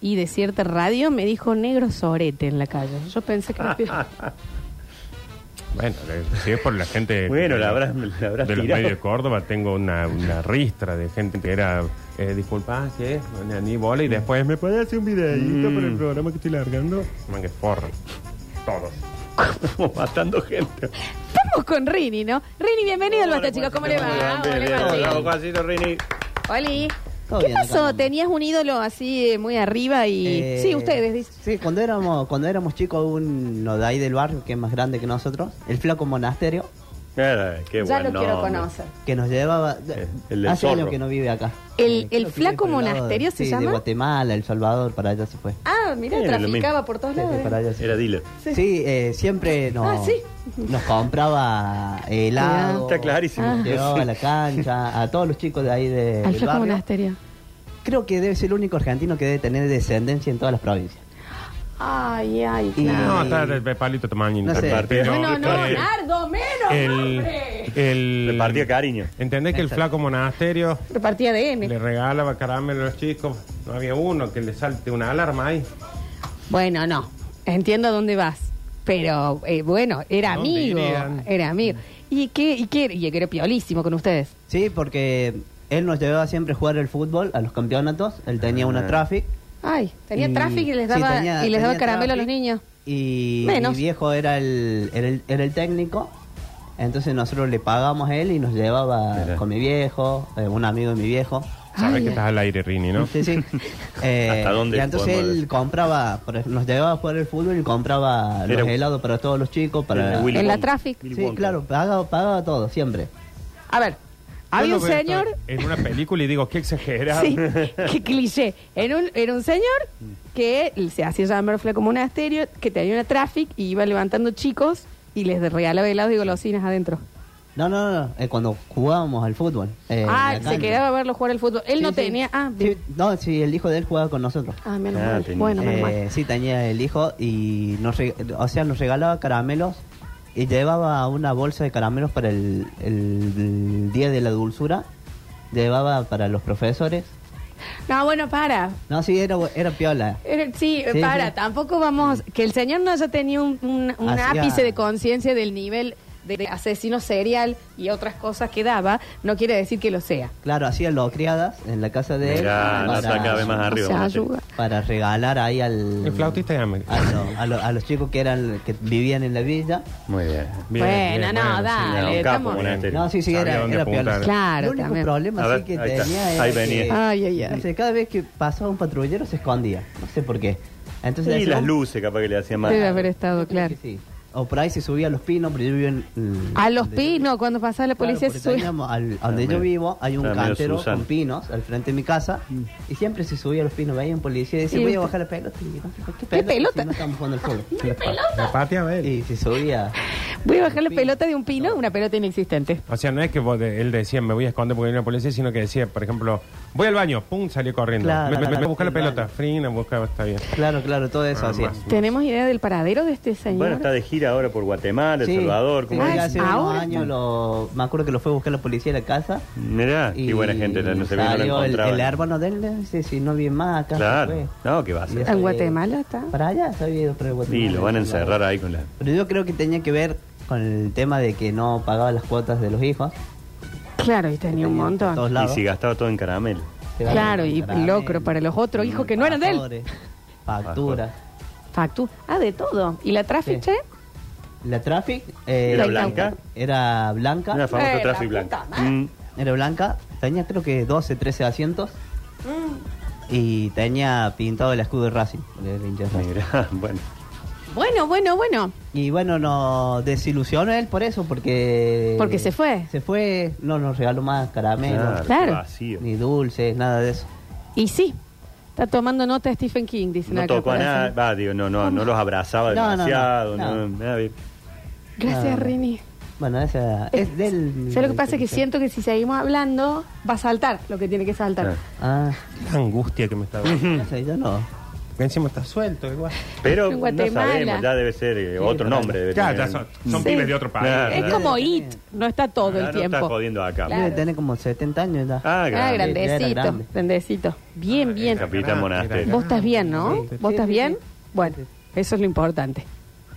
A: y de cierta radio me dijo negro sorete en la calle. Yo pensé que...
B: Bueno, eh, si es por la gente...
C: Bueno, la habrás, la habrás
B: De los
C: tirado.
B: medios de Córdoba tengo una, una ristra de gente que era, eh, disculpa, ¿qué? No, Ni bola
C: Mm.
B: y después me puede hacer un videíto por el programa que estoy largando. Man, que forro. Todos.
C: Como matando gente.
A: Estamos con Rini, ¿no? Rini, bienvenido al Basta, chicos. ¿Cómo le va?
C: Bien, bien. Hola,
A: Hola,
C: Juancito Rini.
A: Oli.
H: Todo
A: ¿Qué
H: bien, acá
A: pasó?
H: andamos.
A: Tenías un ídolo así eh, muy arriba y...
H: Eh,
A: sí, ustedes, dice.
H: Sí, cuando éramos, cuando éramos chicos, uno de ahí del barrio, que es más grande que nosotros, el Flaco Monasterio,
C: Eh, qué
A: ya
C: buen
A: lo quiero
C: nombre.
A: conocer.
H: que nos llevaba.
C: Eh, el del
H: hace
C: zorro.
H: años que no vive acá.
A: El-
H: Creo
A: el
H: que
A: flaco
H: vive por lado de-
A: monasterio se
H: sí,
A: llama.
H: De Guatemala, El Salvador, para allá se fue.
A: Ah, mira,
C: Sí, era lo
A: traficaba
C: mismo.
A: por todos
H: Sí,
A: lados. eh.
H: sí, para allá se
C: Era
H: fue.
C: dealer.
A: Sí.
H: Sí, eh, siempre nos,
A: Ah, sí.
H: nos compraba helado.
C: Está clarísimo.
A: Ah.
H: nos Llevaba a la cancha, a todos los chicos de ahí de,
A: Al
H: del
A: flaco
H: barrio.
A: monasterio.
H: Creo que debe ser el único argentino que debe tener descendencia en todas las provincias.
A: Ay, ay,
H: Y-
A: claro.
B: No, está el palito tamaño.
H: No sé.
B: pero-
A: Bueno, no,
B: eh,
A: Nardo, menos,
B: el,
A: hombre.
B: el-
C: Repartía cariño.
B: ¿Entendés que el flaco monasterio
A: Repartía ADN.
B: le regalaba caramelo a los chicos? No había uno que le salte una alarma ahí.
A: Bueno, no. Entiendo a dónde vas. Pero eh, bueno, era
B: ¿Dónde
A: amigo.
B: irían?
A: Era amigo.
H: Mm.
A: ¿Y qué? ¿Y qué? Y era piolísimo con ustedes.
H: Sí, porque él nos llevaba siempre a jugar el fútbol, a los campeonatos. Él tenía una
C: Ah.
H: traffic.
A: Ay, tenía
H: Y-
A: tráfico y les
H: sí,
A: daba,
H: tenía-
A: y les daba
H: tenía
A: caramelo a los
H: traffic.
A: niños.
H: Y
A: Menos.
H: mi viejo era el, era el, era el técnico. Entonces nosotros le pagamos a él y nos llevaba
C: Mira.
H: con mi viejo, eh, un amigo de mi viejo.
B: Sabes
A: Ay,
B: que estás al aire, Rini, ¿no?
H: Sí, sí. Eh,
C: ¿Hasta dónde
H: Y entonces
C: podemos
H: él
C: decir?
H: compraba, por ej- nos llevaba a jugar el fútbol y compraba
C: Era
H: los
C: un-
H: helados para todos los chicos. para
C: Era Willy
A: En la
C: Wonka.
A: traffic.
C: Willy
H: Sí,
C: Wonka.
H: claro, pagaba, pagaba todo, siempre.
A: A ver, había
B: Yo
A: un
B: lo veo
A: señor.
B: esto En una película y digo, qué exagerado.
A: Sí, qué cliché. Era un, era un señor
H: Mm.
A: que se hacía llamar flaco monasterio, que tenía una traffic y iba levantando chicos y les regalaba helados y golosinas adentro.
H: No, no, no, eh, cuando jugábamos al fútbol. eh,
A: ah,
H: en la
A: se
H: cancha.
A: quedaba a verlo jugar al fútbol. Él
H: Sí,
A: no
H: sí.
A: tenía. Ah,
H: Sí,
A: bien.
H: no, sí, el hijo de él jugaba con nosotros.
A: Ah, menos
C: Ah,
A: mal.
C: tenía-
A: Bueno, menos
H: Eh,
A: mal.
H: sí, tenía el hijo y nos, re- o sea, nos regalaba caramelos y llevaba una bolsa de caramelos para el, el día de la dulzura, llevaba para los profesores.
A: No, bueno, para.
H: No, sí, era, era piola.
A: Era- Sí,
H: Sí,
A: para,
H: sí.
A: tampoco vamos. Que el señor no haya tenido un, un- un
H: Hacía-
A: ápice de conciencia del nivel de, de asesino serial y otras cosas que daba, no quiere decir que lo sea.
H: Claro, hacía lo criadas en la casa de él
C: Mirá, no está cada vez más
A: O
C: arriba.
A: sea,
C: Monate.
A: ayuda.
H: para regalar ahí al,
B: El flautista de América.
H: a, lo- a lo- a los chicos que eran que vivían en la villa.
C: Muy bien.
B: Bien,
A: Bueno,
B: bien,
A: no,
B: sí,
A: dale,
B: no,
C: un
A: estamos-
C: capo, monasterio.
H: No, sí, sí,
B: Sabía
H: era,
B: dónde
H: era piola.
B: apuntar.
A: Claro,
H: el único
A: también.
H: problema
C: A
H: sí
C: ver,
H: que
C: ahí está.
H: tenía era
C: Ahí
H: que-
C: venía.
A: Ay, ay,
H: No
A: ay.
H: sé, cada vez que pasaba un patrullero se escondía. No sé por qué. Entonces,
C: Y
H: decía,
C: las
H: "Oh,
C: luces capaz que le hacían mal.
A: Debe haber
H: yo
A: estado,
H: creo
A: claro.
H: que sí". O por ahí se subía a los pinos, pero yo vivo en. mm,
A: A los
H: donde yo-
A: pinos, cuando pasaba la
H: Claro,
A: policía,
H: porque
A: se subía.
H: teníamos al- a donde
C: Claro,
H: yo
C: medio-
H: vivo hay un
C: claro, medio
H: cantero
C: Susana.
H: con pinos al frente de mi casa
C: Mm.
H: y siempre se subía a los pinos, veía un policía y decía,
A: Sí,
H: voy a
A: ¿viste?
H: bajar la pelota. Y yo, ¿Qué pelota?
A: pelota?
H: Si no estamos jugando al fútbol.
B: La pateaba él.
H: Y se subía.
A: Voy a bajar la pelota de un pino, una pelota inexistente.
B: O sea, no es que vos de- él decía, me voy a esconder porque viene la policía, sino que decía, por ejemplo, voy al baño, pum, salió corriendo.
H: Claro,
B: me, me- me-
H: claro,
B: busca la
H: el
B: pelota,
H: baño.
B: frina, busca, está bien.
H: Claro, claro, todo eso
B: Ah,
H: hacía.
B: más.
A: ¿Tenemos idea del paradero de este señor?
C: Bueno, está de gira ahora por Guatemala,
H: Sí,
C: El Salvador.
H: sí,
C: ¿cómo
A: Ah,
C: es?
H: ya
A: es
H: hace unos
A: ahora.
H: años lo, me acuerdo que lo fue a buscar la policía de la casa.
C: Mirá, Ah, qué buena gente, no se ve, no la
H: salió el,
C: encontraban.
H: el hermano de él, le dice, si eh, no bien más acá. se
C: Claro.
H: fue".
C: No, ¿qué va a
H: pues. Y
C: hacer?
H: eso
A: ¿En
H: de-
A: Guatemala está?
H: Para allá se había ido para Guatemala.
C: Y lo van a encerrar ahí con la...
H: Pero yo creo que tenía que ver con el tema de que no pagaba las cuotas de los hijos.
A: Claro, y tenía un
H: De
A: montón.
H: todos
C: Y
H: lados.
C: si gastaba todo en caramelo.
H: Se daban
A: Claro, y
H: caramel,
A: locro para los otros hijos que no eran de él.
H: pastores, Facturas.
A: Factu. Ah, de todo. ¿Y la
H: Sí.
A: tráfico?
H: La traffic eh,
C: ¿Era
A: La
C: blanca?
H: era blanca.
C: Era famoso
A: Eh, la
C: tráfico
A: puta
C: blanco.
A: madre.
C: Mm.
H: Era blanca. Tenía creo que 12, 13 asientos.
A: Mm.
H: Y tenía pintado el escudo de Racing. del hincha de Racing.
C: Mirá, bueno.
A: Bueno, bueno, bueno.
H: Y bueno, nos desilusionó él por eso, porque...
A: Porque se fue.
H: Se fue, no nos regaló más caramelos,
C: Claro,
A: Claro.
C: qué vacío.
H: ni dulces, nada de eso.
A: Y sí, está tomando nota Stephen King, dicen
C: No
A: acá
C: tocó a
A: por
C: nada,
A: acá.
C: va, digo, no, no, no los abrazaba
H: No, no, no,
C: demasiado,
H: no.
C: no, nada bien.
A: Gracias,
H: Ah.
A: Rini.
H: Bueno, esa es del...
A: ¿Sabes lo que pasa? Es que siento que si seguimos hablando, va a saltar lo que tiene que saltar.
C: Claro.
H: Ah,
B: La angustia que me estaba dando.
H: no sé, yo no.
B: Encima está suelto, igual.
C: Pero
A: En
C: no
A: Guatemala.
C: sabemos, ya debe ser eh, otro nombre. Debe
B: Ya,
C: tener.
B: ya son, son
A: Sí.
B: pibes de otro país.
C: Claro.
A: Es como It, no está todo
C: Ya
A: el
C: no está
A: tiempo.
C: jodiendo acá.
A: Claro.
H: Debe tener como 70 años ya.
C: Ah,
A: Ah,
C: grande.
H: grande.
A: grandecito,
H: Era grande.
A: grandecito.
B: Ah,
A: Bien, bien.
C: Capitán
B: eh,
C: Monasterio.
A: Vos estás bien, ¿no?
H: Sí.
A: ¿Vos
H: Sí,
A: estás
H: sí,
A: bien?
H: sí.
A: Bueno, eso es lo importante.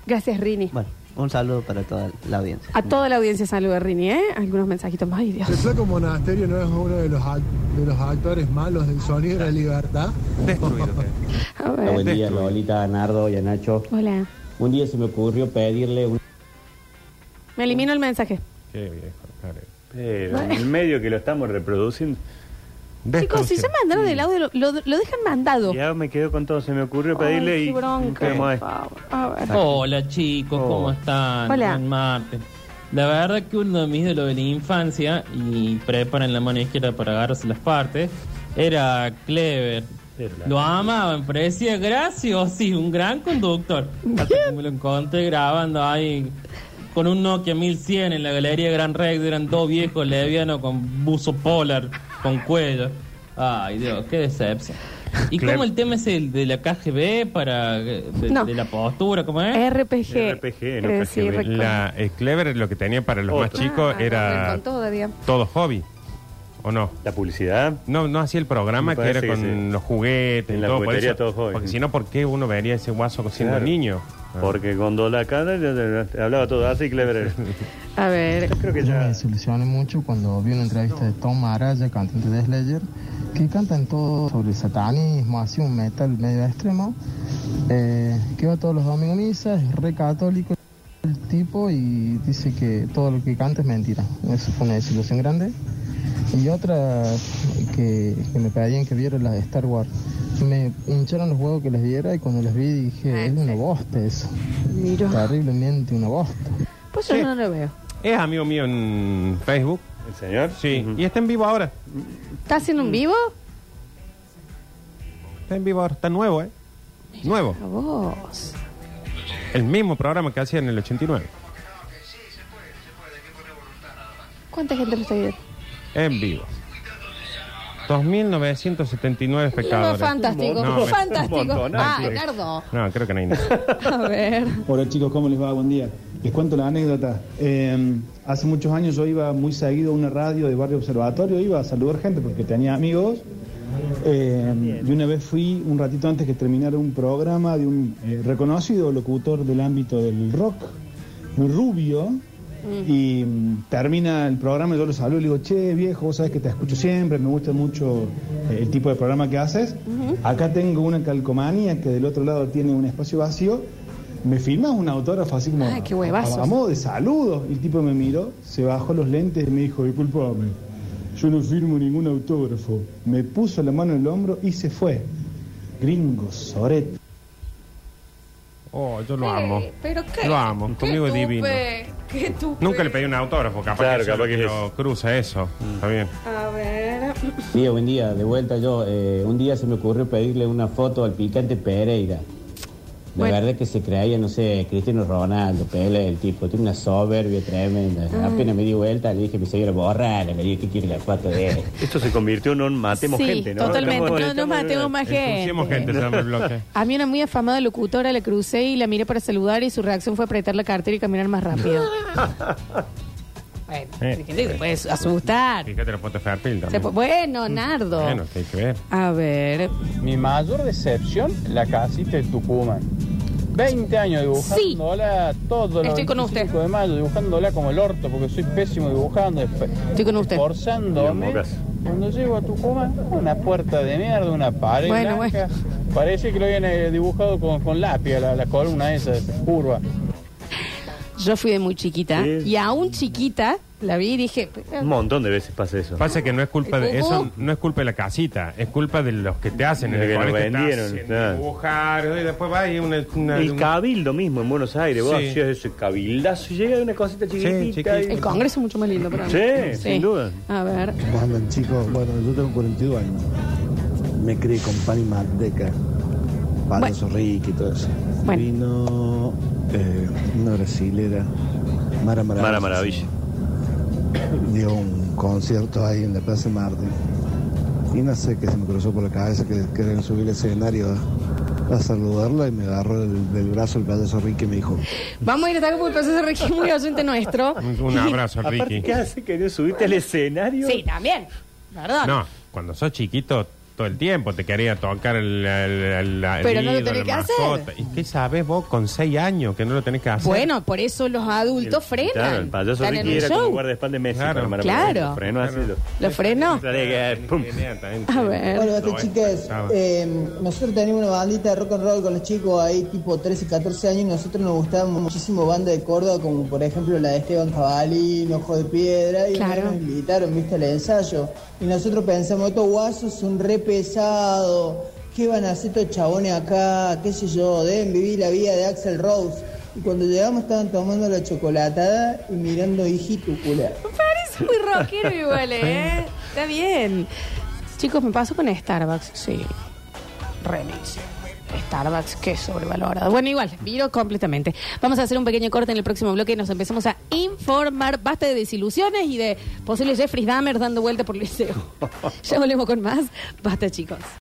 A: Gracias, Rini.
H: Bueno, un saludo para toda la audiencia.
A: A toda la audiencia saluda Rini, ¿eh? Algunos mensajitos más, ay Dios.
I: El flaco monasterio no es uno de los, ac- de los actores malos del sonido de la libertad.
B: Destruido.
A: A ver.
J: Ah, Buen día, Lolita, a Nardo y a Nacho.
A: Hola.
J: Un día se me ocurrió pedirle un...
A: Me elimino el mensaje.
B: Qué viejo, claro.
C: Pero en el medio que lo estamos reproduciendo,
A: Chicos, si ya
B: Destrucción.
A: mandaron el audio, lo, lo- lo dejan mandado.
C: ya me quedo con todo. Se me ocurrió
A: Ay,
C: pedirle y.
A: qué bronca,
B: este.
C: quedamos ahí.
A: por favor. A ver.
K: Hola chicos,
C: Oh.
K: ¿cómo están?
A: Hola.
K: Buen martes. La verdad que uno de mis ídolos de la infancia, y preparan la mano izquierda para agarrarse las partes, era Clever. Lo amaban, parecía gracioso sí, un gran conductor. Hasta que me lo encontré grabando ahí con un Nokia 1100 en la galería Gran Rex, eran dos viejos levianos con buzo polar, con cuello. Ay Dios, qué decepción. ¿Y
C: Clever.
K: cómo el tema es el de la KGB para de,
A: No.
K: de la postura? ¿Cómo
A: ¿Eh?
K: es?
A: RPG.
K: RPG,
A: no Eh, sí, KGB. recuerdo.
B: La eh, Clever lo que tenía para los más
A: Otro.
B: chicos
A: Ah,
B: era
A: con todo, digamos.
B: todo hobby. ¿O no?
C: ¿La publicidad?
B: No, no hacía el programa
C: Me
B: que era
C: parece
B: con
C: que sí.
B: los juguetes
C: En
B: y
C: la
B: todo. por
C: juguetería
B: eso.
C: todo hobby.
B: Porque si no, ¿por qué uno vería ese guaso siendo
C: Claro.
B: niño?
C: Porque cuando la cara ya- ya- ya- hablaba todo así, Clever. era.
A: A ver.
C: Creo que
L: Yo me desilusioné mucho cuando vi una entrevista de Tom Araya, cantante de Slayer, que cantan todo sobre el satanismo, así un metal medio extremo, eh, que va todos los domingos a misa, es re católico el tipo y dice que todo lo que canta es mentira. Eso fue una desilusión grande. Y otra que, que me pedían que viera la de Star Wars. Me hincharon los huevos que les diera y cuando les vi dije, es una bosta eso. Terriblemente una bosta.
A: Pues yo no lo veo.
B: Es amigo mío en Facebook.
C: ¿El señor?
B: Sí. Y está en vivo ahora.
A: ¿Está haciendo un vivo?
B: Está en vivo ahora. Está nuevo, ¿eh? Nuevo.
A: A vos.
B: El mismo programa que hacía en el 89.
A: ¿Cuánta gente lo está viendo?
B: En vivo. 2.979 espectadores.
A: No, fantástico,
B: No, me-
A: fantástico.
B: un montón,
A: ah,
B: sí.
A: Nardo.
B: No, creo que no hay nada.
A: A ver.
M: Hola chicos, ¿cómo les va? Buen día. Les cuento la anécdota. Eh, hace muchos años yo iba muy seguido a una radio de Barrio Observatorio, iba a saludar gente porque tenía amigos. Eh, y una vez fui, un ratito antes que terminara un programa de un eh, reconocido locutor del ámbito del rock, un rubio, y mm, termina el programa, yo lo saludo y le digo, che, viejo, vos sabés que te escucho siempre, me gusta mucho eh, el tipo de programa que haces. Acá tengo una calcomanía que del otro lado tiene un espacio vacío. Me firmas un autógrafo así como
A: Ay, qué huevazos.
M: a, a modo de saludo. Y el tipo me miró, se bajó los lentes y me dijo, disculpame, yo no firmo ningún autógrafo. Me puso la mano en el hombro y se fue. Gringo, Soret.
B: Oh, yo lo amo.
A: Eh, ¿Pero qué?
B: Lo amo.
A: Qué
B: Conmigo es
A: tupe,
B: divino.
A: Qué tupe.
B: Nunca le pedí un autógrafo, capaz
C: Claro,
B: que, eso
C: capaz
B: es lo
C: que
B: que lo cruza eso. Está bien.
A: A ver.
J: Día, buen día, de vuelta yo. eh, un día se me ocurrió pedirle una foto al picante Pereira. La
A: Bueno.
J: verdad que se creía, no sé, Cristiano Ronaldo, Pele, el tipo, tiene una soberbia tremenda.
A: Ah.
J: Apenas me di vuelta, le dije a mi señora, borra, le dije que quiere la foto de él.
C: Esto se convirtió en un matemos
A: sí,
C: gente, ¿no?
A: totalmente.
C: Estamos-
A: No, no
C: estamos-
A: matemos
B: Eh,
A: más Ah, gente.
B: Ensuciemos gente, se llama el bloque.
A: A mí una muy afamada locutora la crucé y la miré para saludar y su reacción fue apretar la cartera y caminar más rápido. bueno,
B: Eh,
A: gente se puede asustar.
B: Fíjate la foto de Fairfield
A: Se
B: también.
A: po- bueno, Nardo.
B: Bueno, que hay que ver.
A: A ver.
G: Mi mayor decepción, la casita de Tucumán. 20 años dibujándola todo
A: Estoy con usted.
G: Este de mayo, dibujándola como el orto, porque soy pésimo dibujando. Estoy
A: con usted.
G: Forzándome. Cuando llego a Tucumán, una puerta de mierda, una pared
A: Bueno,
G: blanca. Parece que lo habían eh, dibujado con, con lápiz, la, la columna esa, esa curva.
A: Yo fui de muy chiquita
C: Sí.
A: y aún chiquita la vi y dije.
C: Un montón de veces pasa eso.
B: Pasa que no es culpa de
A: ¿Cómo?
B: eso, no es culpa de la casita, es culpa de los que te hacen
C: De
B: el
C: que
B: con
C: nos
B: este estás
C: vendieron,
B: haciendo
C: claro.
B: dibujar, y después va y una, una-
C: El
B: un-
C: cabildo mismo en Buenos Aires, vos
B: Sí.
C: hacías ese cabildazo y llega una cosita chiquitita.
B: chiquita.
C: y-
A: El congreso es mucho más lindo para mí.
C: Sí, sin duda.
A: A ver.
N: ¿Cómo andan, chicos? Bueno, yo tengo 42 años. Me crié con pan y manteca, pan de zorrique y todo eso. Vino eh, una brasilera, Mara Maravilla.
C: Mara Maravilla.
N: Dio un concierto ahí en la Plaza de Marte. Y no sé qué se me cruzó por la cabeza que querían subir al escenario a, a saludarla y me agarró el- del brazo el payaso Ricky y me dijo,
A: Vamos a ir a estar con el proceso de Ricky, muy oyente nuestro.
B: un abrazo,
C: Aparte,
B: Ricky.
C: ¿qué hace? ¿Quería subirte al escenario?
A: Sí, también. Perdón.
B: No, cuando sos chiquito todo el tiempo te quería tocar el, el- el- el
A: Pero no lo
B: ídolo,
A: tenés
B: la
A: que hacer.
B: mascota. ¿Y qué sabés vos con seis años que no lo tenés que hacer?
A: Bueno, por eso los adultos frenan.
C: Claro, el payaso
A: Están en un
C: Ricky era como
A: show.
C: guardaespaldas de Messi.
B: Claro.
C: para Mara
A: Claro.
C: Maravilla. Lo frenó así, lo-
A: ¿Lo frenó?
C: Tenía que- pum.
A: A ver.
O: Hola, basta, chicas. este Eh, nosotros teníamos una bandita de rock and roll con los chicos ahí, tipo 13, 14 años, y nosotros nos gustaban muchísimo bandas de Córdoba, como por ejemplo la de Esteban Cavalín, Ojo de Piedra, y
A: Claro.
O: nos invitaron, viste, al ensayo. Y nosotros pensamos, estos guasos son re pesados, ¿qué van a hacer estos chabones acá? ¿Qué sé yo? Deben vivir la vida de Axel Rose. Y cuando llegamos estaban tomando la chocolatada y mirando hijitúcula.
A: Parece muy rockero igual, ¿eh? Está bien. Chicos, me paso con Starbucks, sí. Remix. Starbucks, qué sobrevalorado. Bueno, igual, viro completamente. Vamos a hacer un pequeño corte en el próximo bloque y nos empezamos a informar. Basta de desilusiones y de posibles Jeffrey Dahmer dando vuelta por el liceo. ya volvemos con más. Basta, chicos.